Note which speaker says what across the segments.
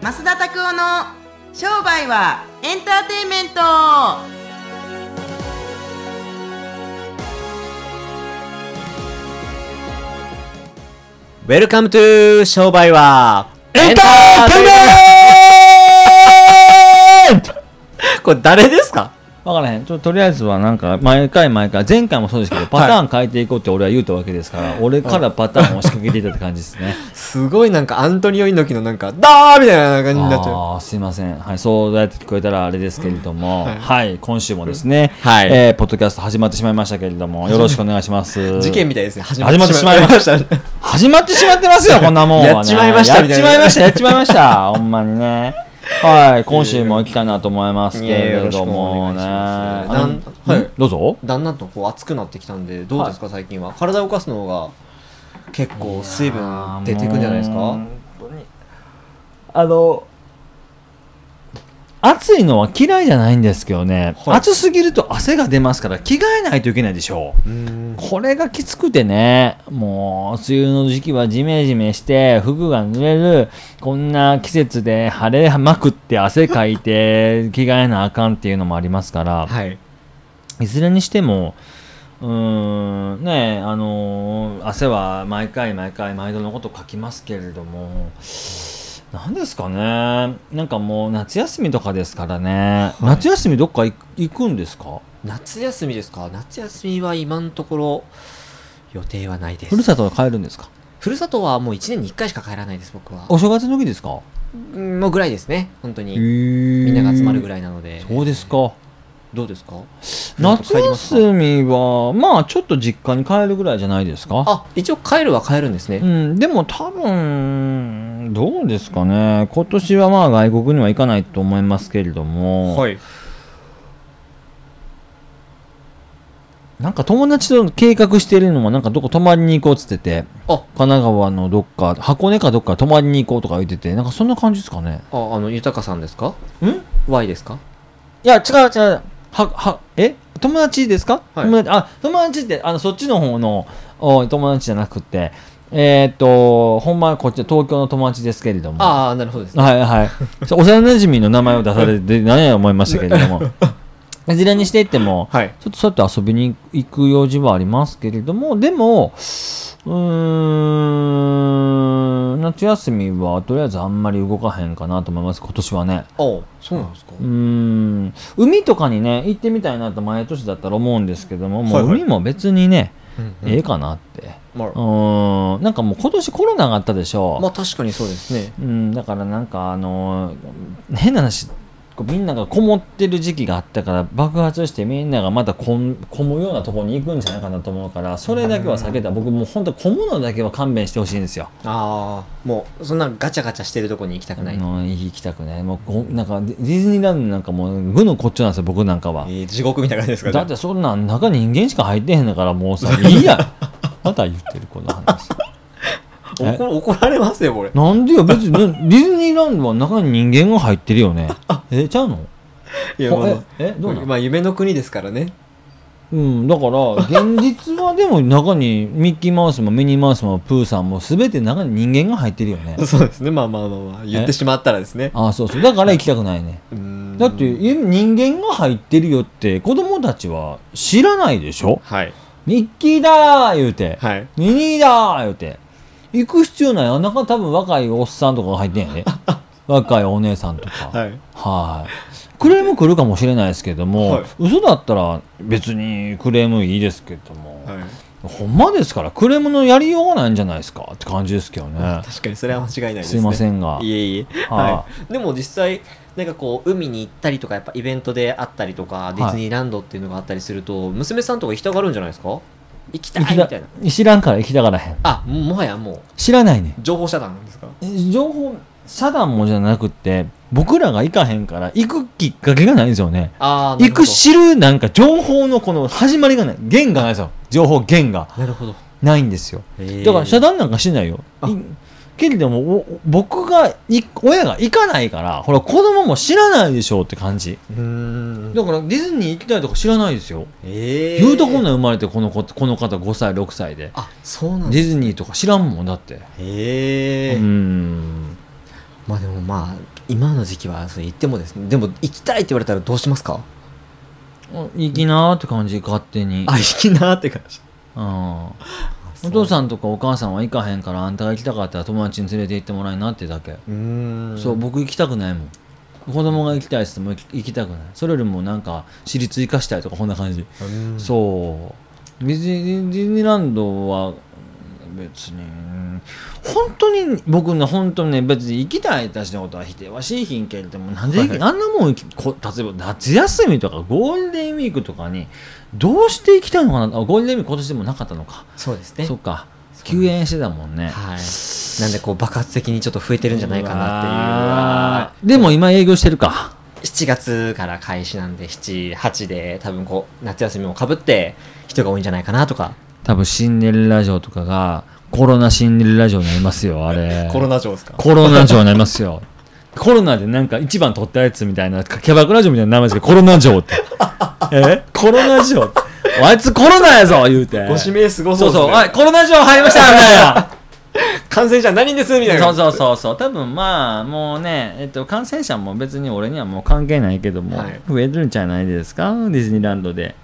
Speaker 1: 増田拓夫の商売はエンターテインメント
Speaker 2: ウェルカムトゥー商売は
Speaker 3: エンターテイメント
Speaker 2: ント これ誰ですか
Speaker 3: わからへん。ちょとりあえずはなんか、毎回毎回、前回もそうですけど、パターン変えていこうって俺は言うたわけですから、俺からパターンを仕掛けていたって感じですね。
Speaker 2: すごいなんかアントニオ猪木のなんか、ダーみたいな感じになっちゃう。
Speaker 3: ああー、すいません。はい、そうやって聞こえたらあれですけれども、はい、今週もですね、
Speaker 2: はい
Speaker 3: えーポッドキャスト始まってしまいましたけれども、よろしくお願いします。
Speaker 2: 事件みたいですね。始
Speaker 3: 始まってしまいました。 始まってしまってますよ、こんなもんは、ね。
Speaker 2: やっちまいました
Speaker 3: やっ
Speaker 2: みた
Speaker 3: ち
Speaker 2: いな
Speaker 3: まいました、やっちまいました。ほんまにね。はい、今週も行きたいなと思いますけ
Speaker 2: いやよ
Speaker 3: れどもね。
Speaker 2: ろしくお願いします
Speaker 3: あの
Speaker 2: なん
Speaker 3: んどうぞ。
Speaker 2: だんだんとこう暑くなってきたんで、どうですか、最近は。体を動かすのが結構水分出てくんじゃないです
Speaker 3: もう
Speaker 2: か
Speaker 3: 本当にあの暑いのは嫌いじゃないんですけどね、
Speaker 2: はい
Speaker 3: 暑すぎると汗が出ますから着替えないといけないでしょ
Speaker 2: うーん。
Speaker 3: これがきつくてねもう梅雨の時期はジメジメして服が濡れるこんな季節で晴れまくって汗かいて着替えなあかんっていうのもありますから、
Speaker 2: はい。
Speaker 3: いずれにしても、うーん、ねえ、あのー汗は毎回毎回毎度のこと書きますけれども、なんですかね、なんかもう夏休みとかですからね、夏休みどっか行く行くんですか
Speaker 2: 夏休みですか夏休みは今のところ予定はないです。
Speaker 3: ふるさとは帰るんですか
Speaker 2: ふるさとはもう1年に1回しか帰らないです、僕は。
Speaker 3: お正月の時ですか
Speaker 2: うんもうぐらいですね、本当
Speaker 3: へ
Speaker 2: に。
Speaker 3: ー
Speaker 2: みんなが集まるぐらいなので。
Speaker 3: そうです。か。
Speaker 2: どうですか
Speaker 3: 夏
Speaker 2: 帰りますか
Speaker 3: 休みは、まあちょっと実家に帰るぐらいじゃないですか
Speaker 2: あ、一応帰るは帰るんですね。
Speaker 3: うん、でも多分どうですかね今年はまあ外国には行かないと思いますけれども、
Speaker 2: い。
Speaker 3: なんか友達と計画してるのもなんかどこ泊まりに行こうっつってて
Speaker 2: あ、
Speaker 3: 神奈川のどっか箱根かどっか泊まりに行こうとか言っててなんかそんな感じですかね
Speaker 2: あ、あの、豊さんですか
Speaker 3: んい
Speaker 2: ?Y ですか
Speaker 3: や違う違うははえ友達ですか、
Speaker 2: はい
Speaker 3: 友達あ友達ってあのそっちの方のお友達じゃなくてえーっとほんまはこっち東京の友達ですけれども
Speaker 2: ああ、なるほどですね。
Speaker 3: はい はい。そう幼馴染の名前を出されて、何や思いましたけれ ども。いずれにしていっても、
Speaker 2: はい。
Speaker 3: ちょっとそうやって遊びに行く用事はありますけれども、でも、うーん、夏休みはとりあえずあんまり動かへんかなと思います、今年はね。
Speaker 2: あそうなんですか
Speaker 3: うーん、海とかにね、行ってみたいなと毎年だったら思うんですけども、も
Speaker 2: はいうはい
Speaker 3: 海も別にね、
Speaker 2: うん
Speaker 3: ええかなって。
Speaker 2: ま
Speaker 3: う
Speaker 2: あ、
Speaker 3: ーん、なんかもう今年コロナがあったでしょ。
Speaker 2: まあ確かにそうですね。
Speaker 3: うん、だからなんかあのー変な話こうみんながこもってる時期があったから爆発してみんながまたこんこむようなところに行くんじゃないかなと思うからそれだけは避けた僕もう本当こむのだけは勘弁してほしいんですよ。
Speaker 2: ああ、もう、そんなガチャガチャしてるとこに行きたく
Speaker 3: あ
Speaker 2: ない。
Speaker 3: の行きたくねもうこなんかデディズニーランドなんかもう具のこっちょなんですよ僕なんかは。
Speaker 2: えー地獄みたいな感じですか
Speaker 3: だってそんなん中人間しか入ってへんだからもうさい いやんまた言ってるこの話。
Speaker 2: じゃあ怒怒られますよ、これ。
Speaker 3: なんでよ別になディズニーランドは中に人間が入ってるよね。えちゃうの
Speaker 2: いや、
Speaker 3: ほ
Speaker 2: まあ
Speaker 3: ええどうなの
Speaker 2: まあ、夢の国ですからね。。
Speaker 3: うん、だから、現実はでも中にミッキーマウスもミニーマウスもプーさんも全て中に人間が入ってるよね
Speaker 2: そうですね、まあまあまあまあ、言ってしまったらですね。
Speaker 3: ああ、そうそう。だから行きたくないね。だ
Speaker 2: だ
Speaker 3: って、い人間が入ってるよって子供たちは知らないでしょ
Speaker 2: はい。
Speaker 3: ミッキーだー言うて、
Speaker 2: はい。
Speaker 3: ミニーだー言うて、行く必要ない。あんなか多分若いおっさんとかが入ってんやで。 若いお姉さんとか。
Speaker 2: はい。
Speaker 3: はい。クレーム来るかもしれないですけども、
Speaker 2: はい
Speaker 3: 嘘だったら別にクレームいいですけども、
Speaker 2: はい。
Speaker 3: ほんまですからクレームのやりようがないんじゃないですかって感じですけどね。
Speaker 2: 確かにそれは間違いないです
Speaker 3: す
Speaker 2: ね。
Speaker 3: いませんが。
Speaker 2: いえいえ。
Speaker 3: はい
Speaker 2: はい。でも実際、なんかこう、海に行ったりとか、やっぱイベントであったりとか、ディズニーランドっていうのがあったりすると、娘さんとか行きたがるんじゃないですか行きたい
Speaker 3: 行き
Speaker 2: みたいな。
Speaker 3: た知らんから行きたからへん。
Speaker 2: あ、ももはやもう、
Speaker 3: 知らないねん。
Speaker 2: 情報遮断なんですか
Speaker 3: 情報遮断もじゃなくて僕らが行かへんから行くきっかけがないんですよね。
Speaker 2: ああ、な
Speaker 3: 行
Speaker 2: るほ
Speaker 3: く
Speaker 2: ど。
Speaker 3: 知るなんか情報のこの始まりがない。弦がないですよ。情報弦が
Speaker 2: なるほど。
Speaker 3: ないんですよ。だから遮断なんかしないよ。
Speaker 2: あ
Speaker 3: いけれどもおお僕がい親が行かないからほら子供も知らないでしょうって感じ。
Speaker 2: うーん。
Speaker 3: だからディズニー行きたいとか知らないですよ。
Speaker 2: ええ。
Speaker 3: 言うとこんなん生まれてこの子この方5歳6歳で
Speaker 2: あ、そうなん
Speaker 3: デ
Speaker 2: だ。
Speaker 3: ィズニーとか知らんもんだって
Speaker 2: へ
Speaker 3: う
Speaker 2: え。
Speaker 3: ん
Speaker 2: まあでもまあ今の時期はそれ言ってもですねでも行きたいって言われたらどうしますか
Speaker 3: いきなーって感じ勝手に
Speaker 2: あ行きなーって感じ
Speaker 3: うんお
Speaker 2: お
Speaker 3: 父
Speaker 2: 父さん
Speaker 3: さんとかお母さんは行かへんからあんたが行きたかったら友達に連れて行ってもらいなってだけ、
Speaker 2: うーん
Speaker 3: そう僕行きたくないもん子供が行きたいっつっても行き行きたくないそれよりもなんか私立行かしたいとかこんな感じ、
Speaker 2: うん
Speaker 3: そうディズニーディズニーランドは別に本当に僕ね本当にね別に行きたいたちのことは否定はしいひんけれどもなんで、
Speaker 2: はいはい
Speaker 3: あんなもん行きこ例えば夏休みとかゴールデンウィークとかにどうして行きたいのかなあゴールデンウィーク今年でもなかったのか
Speaker 2: そうですね
Speaker 3: そっか
Speaker 2: そう
Speaker 3: 休園してたもんね
Speaker 2: はいなんでこう爆発的にちょっと増えてるんじゃないかなっていう
Speaker 3: うわーでも今営業してるか
Speaker 2: 7月から開始なんで78で多分こう夏休みもかぶって人が多いんじゃないかなとか、
Speaker 3: 多分シンデレラ城とかがコロナシンデレラ城になりますよあ れ
Speaker 2: ナ城ですか
Speaker 3: コロナ城になりますよコロナでなんか一番取ったやつみたいなキャバクラ城みたいな名前ですけどコロナ城ってえコロナ城ってあいつコロナやぞ言うて
Speaker 2: ご指名すご
Speaker 3: そ
Speaker 2: そう
Speaker 3: う
Speaker 2: ですね
Speaker 3: そうあコロナ城入りましたみたいな
Speaker 2: 感染者何人ですみたいな
Speaker 3: そうそうそうそう多分まあもうね、えっと、感染者も別に俺にはもう関係ないけども、
Speaker 2: はい
Speaker 3: 増えるんじゃないですかディズニーランドで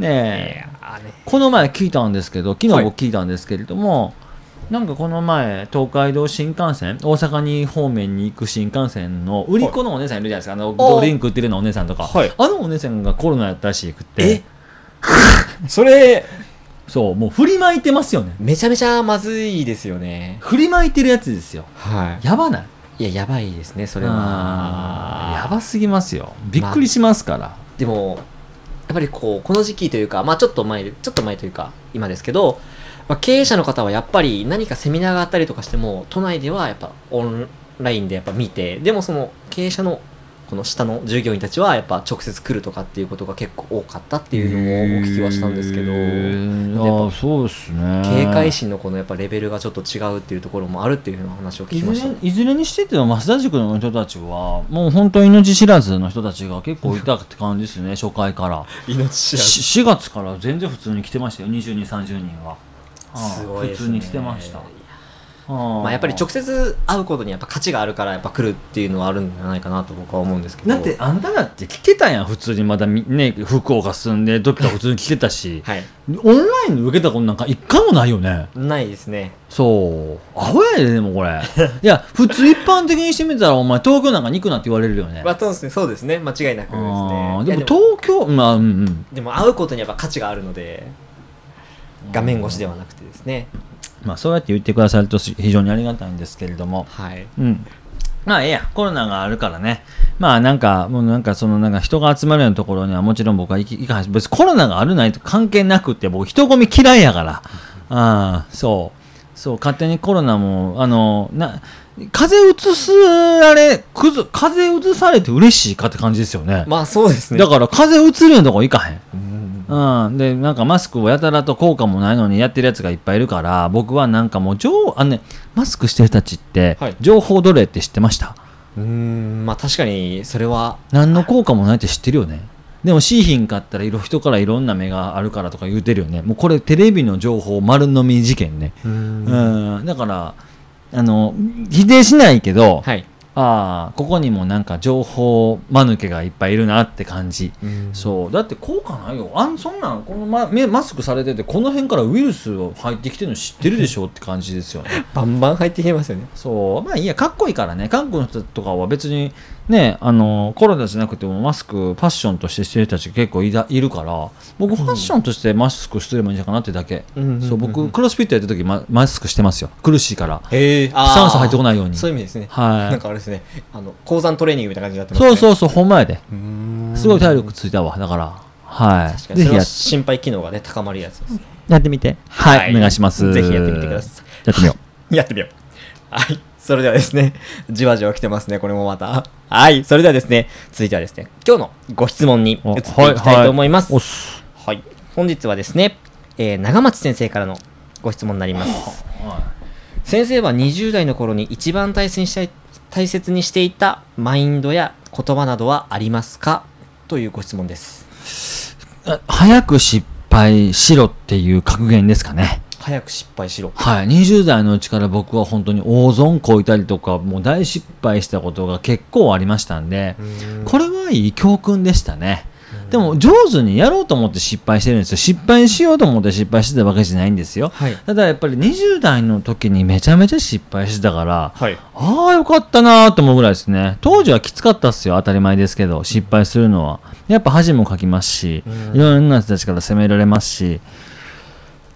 Speaker 3: ねえこの前聞いたんですけど昨日
Speaker 2: はい
Speaker 3: 僕聞いたんですけれども、なんかこの前東海道新幹線大阪に方面に行く新幹線の売り子のお姉さんいるじゃないですか、あのドリンク売ってるようなお姉さんとか、
Speaker 2: はい
Speaker 3: あのお姉さんがコロナやったらしくて
Speaker 2: えそれ
Speaker 3: そうもう振りまいてますよね
Speaker 2: めちゃめちゃまずいですよね
Speaker 3: 振りまいてるやつですよ
Speaker 2: は
Speaker 3: やばない
Speaker 2: いいややばいですねそ
Speaker 3: こ
Speaker 2: れは
Speaker 3: やばすぎますよびっくりしますから、
Speaker 2: でもやっぱりこうこの時期というか、まあ、ちょっと前でちょっと前というか今ですけど、まあ、経営者の方はやっぱり何かセミナーがあったりとかしても都内ではやっぱオンラインでやっぱ見てでもその経営者のこの下の従業員たちはやっぱ直接来るとかっていうことが結構多かったっていうのもお聞きはしたんですけど
Speaker 3: へー
Speaker 2: やっぱ
Speaker 3: あーそうですね
Speaker 2: 警戒心のこのやっぱレベルがちょっと違うっていうところもあるっていうような話を聞
Speaker 3: い
Speaker 2: き
Speaker 3: ず
Speaker 2: ま
Speaker 3: れ
Speaker 2: したね
Speaker 3: いずれにしてても増田塾の人たちはもう本当命知らずの人たちが結構いたって感じですね初回から
Speaker 2: 命
Speaker 3: し4月から全然普通に来てましたよ2230人はああ
Speaker 2: すごいです、ね、
Speaker 3: 普通に来てましたま
Speaker 2: まあ、やっぱり直接会うことにやっぱ価値があるからやっぱ来るっていうのはあるんじゃないかなと僕は思うんですけど
Speaker 3: だってあんただって来てたやん普通にまだみね福岡住んで時とか普通に来てたし
Speaker 2: はい
Speaker 3: オンラインで受けたことなんか一回もないよね
Speaker 2: ないですね
Speaker 3: そうアホやででもこ れいや普通一般的にしてみたらお前東京なんかに行くなって言われるよね
Speaker 2: まあそうですねそうですね間違いなくです
Speaker 3: あ
Speaker 2: ね
Speaker 3: ー
Speaker 2: いや
Speaker 3: でも東京まあうんうん
Speaker 2: でも会うことにやっぱ価値があるので画面越しではなくてですね
Speaker 3: まあそうやって言ってくださるとし非常にありがたいんですけれども
Speaker 2: はい
Speaker 3: うんまあええやコロナがあるからねまあなんかもうなんかそのなんか人が集まるようなところにはもちろん僕は行き行かない別にコロナがあるないと関係なくって僕人混み嫌いやからああそうそう勝手にコロナもあのな風邪うつすられくず風邪うつされて嬉しいかって感じですよね、
Speaker 2: まあそうですね
Speaker 3: だから風邪うつるようなとこ行かへん
Speaker 2: うん
Speaker 3: うん、でなんかマスクをやたらと効果もないのにやってるやつがいっぱいいるから僕はなんかもう情あの、ね、マスクしてる人たちって、
Speaker 2: はい
Speaker 3: 情報奴隷って知ってました
Speaker 2: うーんまあ確かにそれは
Speaker 3: 何の効果もないって知ってるよねでも C 品買ったら色人からいろんな目があるからとか言うてるよねもうこれテレビの情報丸飲み事件ね、
Speaker 2: うん
Speaker 3: うん、だからあの否定しないけど、
Speaker 2: はい
Speaker 3: ああここにもなんか情報間抜けがいっぱいいるなって感じ
Speaker 2: そう
Speaker 3: そうだって効果ないよあんそんなんこのママスクされててこの辺からウイルスを入ってきてるの知ってるでしょって感じですよね
Speaker 2: バンバン入ってきてますよね
Speaker 3: そうまあいいやかっこいいからね韓国の人とかは別にねあのコロナじゃなくてもマスクファッションとしてしてる人たち結構いだいるから僕ファッションとしてマスクしてればいいんじゃないかなってだけ、
Speaker 2: うん
Speaker 3: そう僕クロスフィットやってる時、ま、マスクしてますよ苦しいから
Speaker 2: へえ
Speaker 3: 酸素入ってこないように
Speaker 2: そういう意味ですね
Speaker 3: はい
Speaker 2: なんかあれですねあの鉱山トレーニングみたいな感じになってます
Speaker 3: そ
Speaker 2: ね
Speaker 3: うそうそうほんまやで
Speaker 2: うーん
Speaker 3: すごい体力ついたわだからは
Speaker 2: 確か
Speaker 3: い
Speaker 2: に
Speaker 3: ぜ
Speaker 2: そ
Speaker 3: ひ
Speaker 2: れ
Speaker 3: や
Speaker 2: は
Speaker 3: っ
Speaker 2: 心肺機能がね高まるやつですね
Speaker 3: やってみてはい、
Speaker 2: はい
Speaker 3: お願いします
Speaker 2: ぜひやってみてください
Speaker 3: やってみよう
Speaker 2: やってみよう。はい。それではですね、じわじわ来てますね、これもまた。はい。それではですね、続いてはですね、今日のご質問に移っていきたいと思います。
Speaker 3: お
Speaker 2: は
Speaker 3: っ
Speaker 2: い、本日はですね、えー長松先生からのご質問になります。先生は20代の頃に一番大切にしたい大切にしていたマインドや言葉などはありますかというご質問です。
Speaker 3: あ早く失敗しろっていう格言ですかね。
Speaker 2: 早く失敗しろ。
Speaker 3: はい、20代のうちから僕は本当に大損こいたりとかもう大失敗したことが結構ありましたんで、これはいい教訓でしたね、でも上手にやろうと思って失敗してるんですよ失敗しようと思って失敗してたわけじゃないんですよ、
Speaker 2: はい
Speaker 3: ただやっぱり20代の時にめちゃめちゃ失敗してたから、
Speaker 2: はい。
Speaker 3: ああよかったなーと思うぐらいですね当時はきつかったっすよ当たり前ですけど失敗するのはやっぱ恥もかきますし、いろんな人たちから責められますし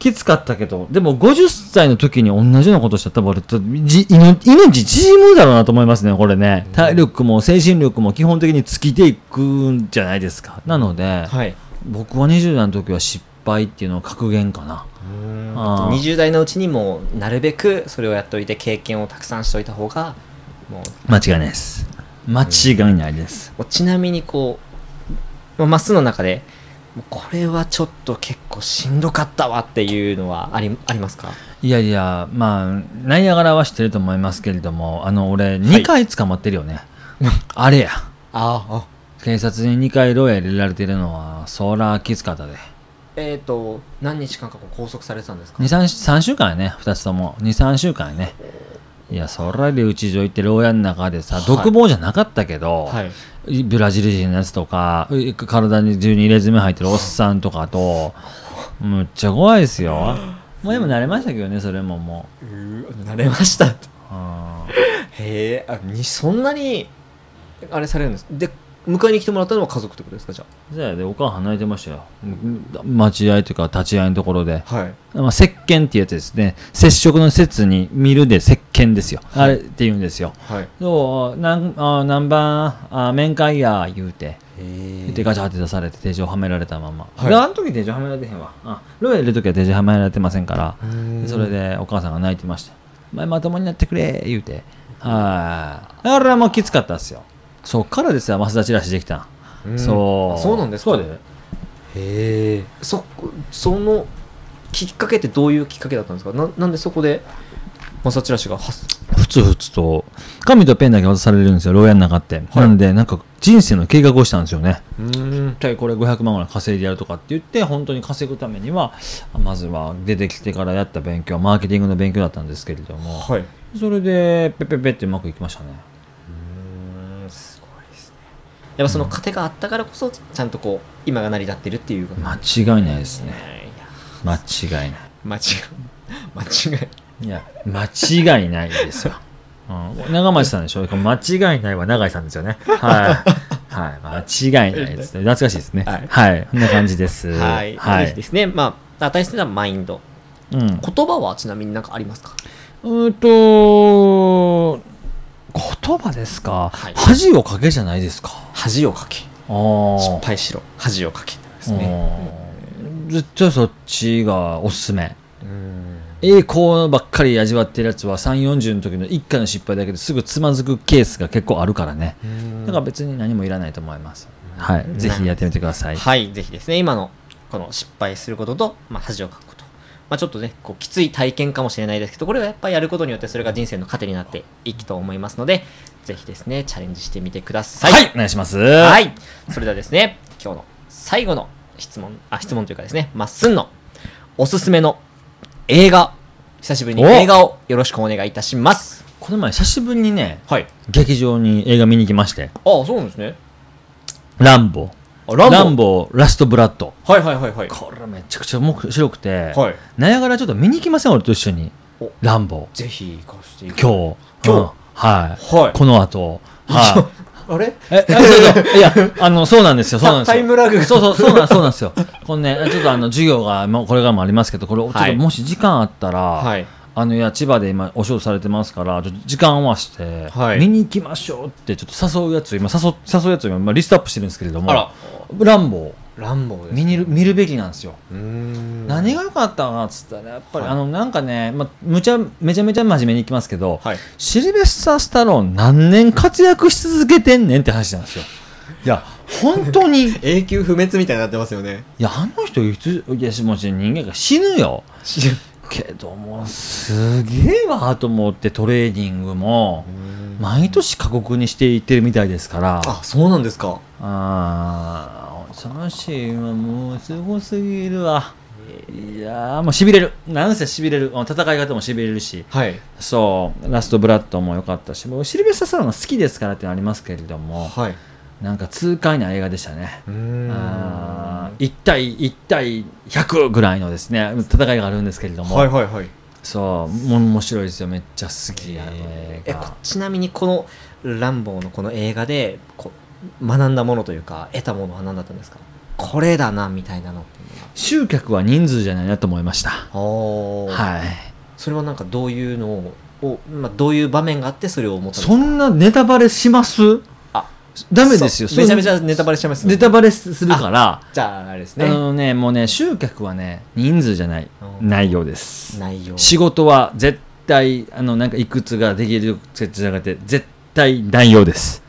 Speaker 3: きつかったけどでも50歳の時に同じようなことしちゃったら俺とじ命命縮むだろうなと思いますねこれね体力も精神力も基本的に尽きていくんじゃないですかなので、
Speaker 2: はい。
Speaker 3: 僕は20代の時は失敗っていうのは格言かなあー
Speaker 2: 20代のうちにもうなるべくそれをやっておいて経験をたくさんしておいた方がもう
Speaker 3: 間違いないです間違いないです、
Speaker 2: もうちなみにこうまあまっすーの中でもうこれはちょっと結構しんどかったわっていうのはありありますか
Speaker 3: いやいや、まあ、ナイアガラは知ってると思いますけれども、あの、俺、2回捕まってるよ ね。あれや。
Speaker 2: ああ
Speaker 3: 警察に2回牢屋入れられてるのは、そらきつかったで。
Speaker 2: えっ、と何日間かこう拘束されてたんですか
Speaker 3: 2、3、3週間やね、2つとも。2、3週間やね。いや、そら留置所行って牢屋の中でさ、
Speaker 2: はい
Speaker 3: 独房じゃなかったけど、
Speaker 2: はい
Speaker 3: ブラジル人のやつとか、い体に十に入れ墨入ってるおっさんと かと、むっちゃ怖いですよ。もうでも慣れましたけどね、それももう。
Speaker 2: うー慣れましたへ
Speaker 3: うん
Speaker 2: えあにそんなにあれされるんですで迎えに来てもらったのは家族ってことですかじゃ
Speaker 3: そやでおかん離れてましたよ待合というか立ち会いのところで、
Speaker 2: あはい
Speaker 3: まあ、石鹸っていうやつですね接触の説に見るで石鹸ですよあれって言うんですよ
Speaker 2: はいへ
Speaker 3: そうなんあ何番あ面会や言うて
Speaker 2: え
Speaker 3: でガチャって出されて手錠はめられたまま、
Speaker 2: はい
Speaker 3: であの時手錠はめられてへんわあロイヤルいる時は手錠はめられてませんからでそれでお母さんが泣いてました「前まともになってくれ」言うてはいあれはもうきつかったっすよそっからですよ増田チラシできたん
Speaker 2: うん
Speaker 3: そ
Speaker 2: あ
Speaker 3: う
Speaker 2: そうなんですか
Speaker 3: そうだよ
Speaker 2: へえそそのきっかけってどういうきっかけだったんですかななんでそこでマサチラシが発
Speaker 3: ふつふつと紙とペンだけ渡されるんですよ牢屋の中って、
Speaker 2: はい
Speaker 3: なんでなんか人生の計画をしたんですよね
Speaker 2: うん
Speaker 3: 一体これ500万ぐらい稼いでやるとかって言って本当に稼ぐためにはまずは出てきてからやった勉強マーケティングの勉強だったんですけれども
Speaker 2: はい
Speaker 3: それでペペペってうまくいきましたね
Speaker 2: すごいですねやっぱその糧があったからこそちゃんとこう今が成り立ってるっていうか、
Speaker 3: 間違いないですね
Speaker 2: いや
Speaker 3: 間違いない
Speaker 2: 間違い 間違い
Speaker 3: いや間違いないです よ、うん、長町さんでし ょ間違いないは永井さんですよね はい、はい、間違いないですね懐かしいですね
Speaker 2: はい
Speaker 3: はい、こんな感じです
Speaker 2: はい、
Speaker 3: は
Speaker 2: はいい、ですねまあ大切なのはマインド
Speaker 3: うん
Speaker 2: 言葉はちなみになんかありますか
Speaker 3: うーんと言葉ですか、
Speaker 2: はい
Speaker 3: 恥をかけじゃないですか
Speaker 2: 恥をかけ
Speaker 3: あー
Speaker 2: 失敗しろ恥をかけですね
Speaker 3: うん絶対そっちがおすすめ
Speaker 2: うん
Speaker 3: 栄光ばっかり味わってるやつは3 4 0の時の一回の失敗だけですぐつまずくケースが結構あるからねだから別に何もいらないと思います、はいぜひやってみてください
Speaker 2: はい、ぜひですね、今のこの失敗することと、まあ、恥をかくこと、まあ、ちょっとね、こうきつい体験かもしれないですけど、これはやっぱりやることによって、それが人生の糧になっていくと思いますので、ぜひですね、チャレンジしてみてください。
Speaker 3: はい、お願いします
Speaker 2: は
Speaker 3: はい
Speaker 2: それではですね、今日の最後の質問、あ、質問というかですね、まっすんのおすすめの映画、久しぶりに
Speaker 3: お
Speaker 2: 映画をよろしくお願いいたします。
Speaker 3: この前久しぶりにね
Speaker 2: はい。
Speaker 3: 劇場に映画見に来まして
Speaker 2: ああ、そうなんですね。
Speaker 3: 「ランボ
Speaker 2: あ、」
Speaker 3: ラ
Speaker 2: ラ
Speaker 3: ン
Speaker 2: ンボ。
Speaker 3: ボーラストブラッド
Speaker 2: はいはいはいはい。
Speaker 3: これめちゃくちゃ面白くて、
Speaker 2: はい。
Speaker 3: ナヤガラちょっと見に行きません俺と一緒に
Speaker 2: お
Speaker 3: ランボー
Speaker 2: ぜひ行かせていだ
Speaker 3: 今日
Speaker 2: 今日
Speaker 3: うんはい
Speaker 2: はい。
Speaker 3: この後はい
Speaker 2: あれ
Speaker 3: え、あそうそういや、あの、そうなんですよ、そうなんです
Speaker 2: タ
Speaker 3: よ。
Speaker 2: タイムラグ
Speaker 3: そうそう、そうなんそうなんですよ。このね、ちょっとあの、授業が、もうこれからもありますけど、これ、ちょっ
Speaker 2: は
Speaker 3: と
Speaker 2: い
Speaker 3: もし時間あったら、
Speaker 2: はい。
Speaker 3: あの、いや、千葉で今、お仕事されてますから、ちょっと時間合わせて、
Speaker 2: はい
Speaker 3: 見に行きましょうって、ちょっと誘うやつ、今、誘誘うやつを今、まあリストアップしてるんですけれども、
Speaker 2: あら、
Speaker 3: ランボー、
Speaker 2: ランボーです。
Speaker 3: 見にる、見るべきなんですよ。
Speaker 2: うーん。
Speaker 3: 何が良かったかなっつったら、やっぱり、
Speaker 2: はい
Speaker 3: あの、なんかね、まあ、むちゃ、めちゃめちゃ真面目に行きますけど、
Speaker 2: はい。
Speaker 3: シルベスター・スタローン何年活躍し続けてんねんって話なんですよ。いや、本当に。い
Speaker 2: 永久不滅みたいになってますよ ね。
Speaker 3: や、あの人、いつ、いや、もちろん人間が死ぬよ。けども、すげえわと思ってトレーニングも、毎年過酷にしていってるみたいですから、
Speaker 2: あ、そうなんですか。
Speaker 3: あー、恐ろしいわ、もうすごすぎるわ。いやーもうしびれるなんせしびれるうん戦い方もしびれるし
Speaker 2: はい
Speaker 3: そうラストブラッドも良かったしもうシルベスタ・スタローンが好きですからっていうのはありますけれども
Speaker 2: はい
Speaker 3: なんか痛快な映画でしたね
Speaker 2: うーん
Speaker 3: あ
Speaker 2: は
Speaker 3: ー1対1対100ぐらいのですね戦いがあるんですけれど
Speaker 2: い
Speaker 3: も、
Speaker 2: はいはい
Speaker 3: そうも面白いですよめっちゃ好きあの映
Speaker 2: え
Speaker 3: 画
Speaker 2: こちなみにこの「ランボー」のこの映画でこう学んだものというか得たものは何だったんですかこれだなみたいなのっていうの
Speaker 3: 集客は人数じゃないなと思いました
Speaker 2: がおー
Speaker 3: はい
Speaker 2: それはなんかどういうのをを、まあ、どういう場面があってそれを思ったんですか
Speaker 3: そんなネタバレします
Speaker 2: あ
Speaker 3: ダメですよ
Speaker 2: そうめちゃめち
Speaker 3: ゃ
Speaker 2: ゃネタバレしちゃいますね
Speaker 3: ネタバレするから
Speaker 2: じゃああれです
Speaker 3: あ
Speaker 2: ね
Speaker 3: のねもうね集客はね人数じゃない
Speaker 2: うん
Speaker 3: 内容です
Speaker 2: 内容
Speaker 3: 仕事は絶対あのなんかいくつができるじゃなくて絶対内容です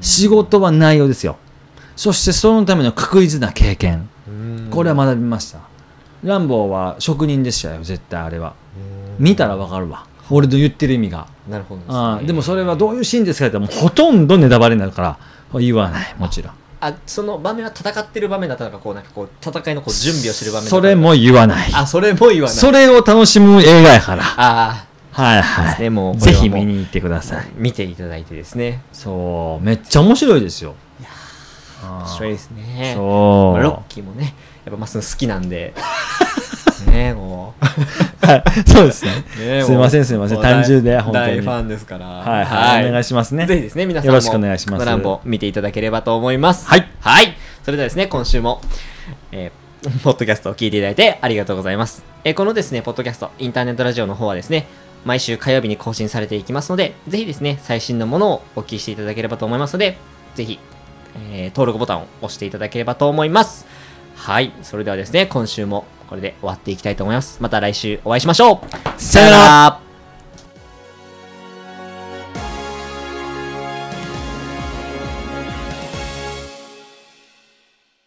Speaker 3: 仕事は内容ですよそしてそのための確実な経験これは
Speaker 2: ま
Speaker 3: 学びました、ランボーは職人でしたよ絶対あれは見たらわかるわ俺の言ってる意味が
Speaker 2: なるほどですね
Speaker 3: ああでもそれはどういうシーンですかって言ったらもうほとんどネタバレになるから言わないもちろん
Speaker 2: あその場面は戦ってる場面だったのかこうなんかこう戦いのこう準備をしてる場面だった
Speaker 3: そ
Speaker 2: のか
Speaker 3: れも言わない
Speaker 2: あそれも言わない
Speaker 3: それを楽しむ映画やから
Speaker 2: あ
Speaker 3: はい
Speaker 2: あ
Speaker 3: はい
Speaker 2: でも
Speaker 3: ぜひ見
Speaker 2: に
Speaker 3: に行ってください
Speaker 2: 見ていただいてですね
Speaker 3: そうめっちゃ面白いですよ
Speaker 2: 面白いですね
Speaker 3: そう
Speaker 2: まあロッキーもねやっぱマスの好きなん でねえもう
Speaker 3: はいそうですね
Speaker 2: ね
Speaker 3: すいませんすいません単純で本当に
Speaker 2: 大ファンですから
Speaker 3: はいはいお願いしますね
Speaker 2: ぜひですね皆さんも
Speaker 3: よろしくお願いします
Speaker 2: このランボ見ていただければと思います
Speaker 3: はい
Speaker 2: はいそれではですね今週も、えー ポッドキャストを聞いていただいてありがとうございます、えーこのですねポッドキャストインターネットラジオの方はですね毎週火曜日に更新されていきますのでぜひですね最新のものをお聞きしていただければと思いますのでぜひ、えー登録ボタンを押していただければと思いますはいそれではですね今週もこれで終わっていきたいと思いますまた来週お会いしましょう
Speaker 3: さよなら
Speaker 2: ら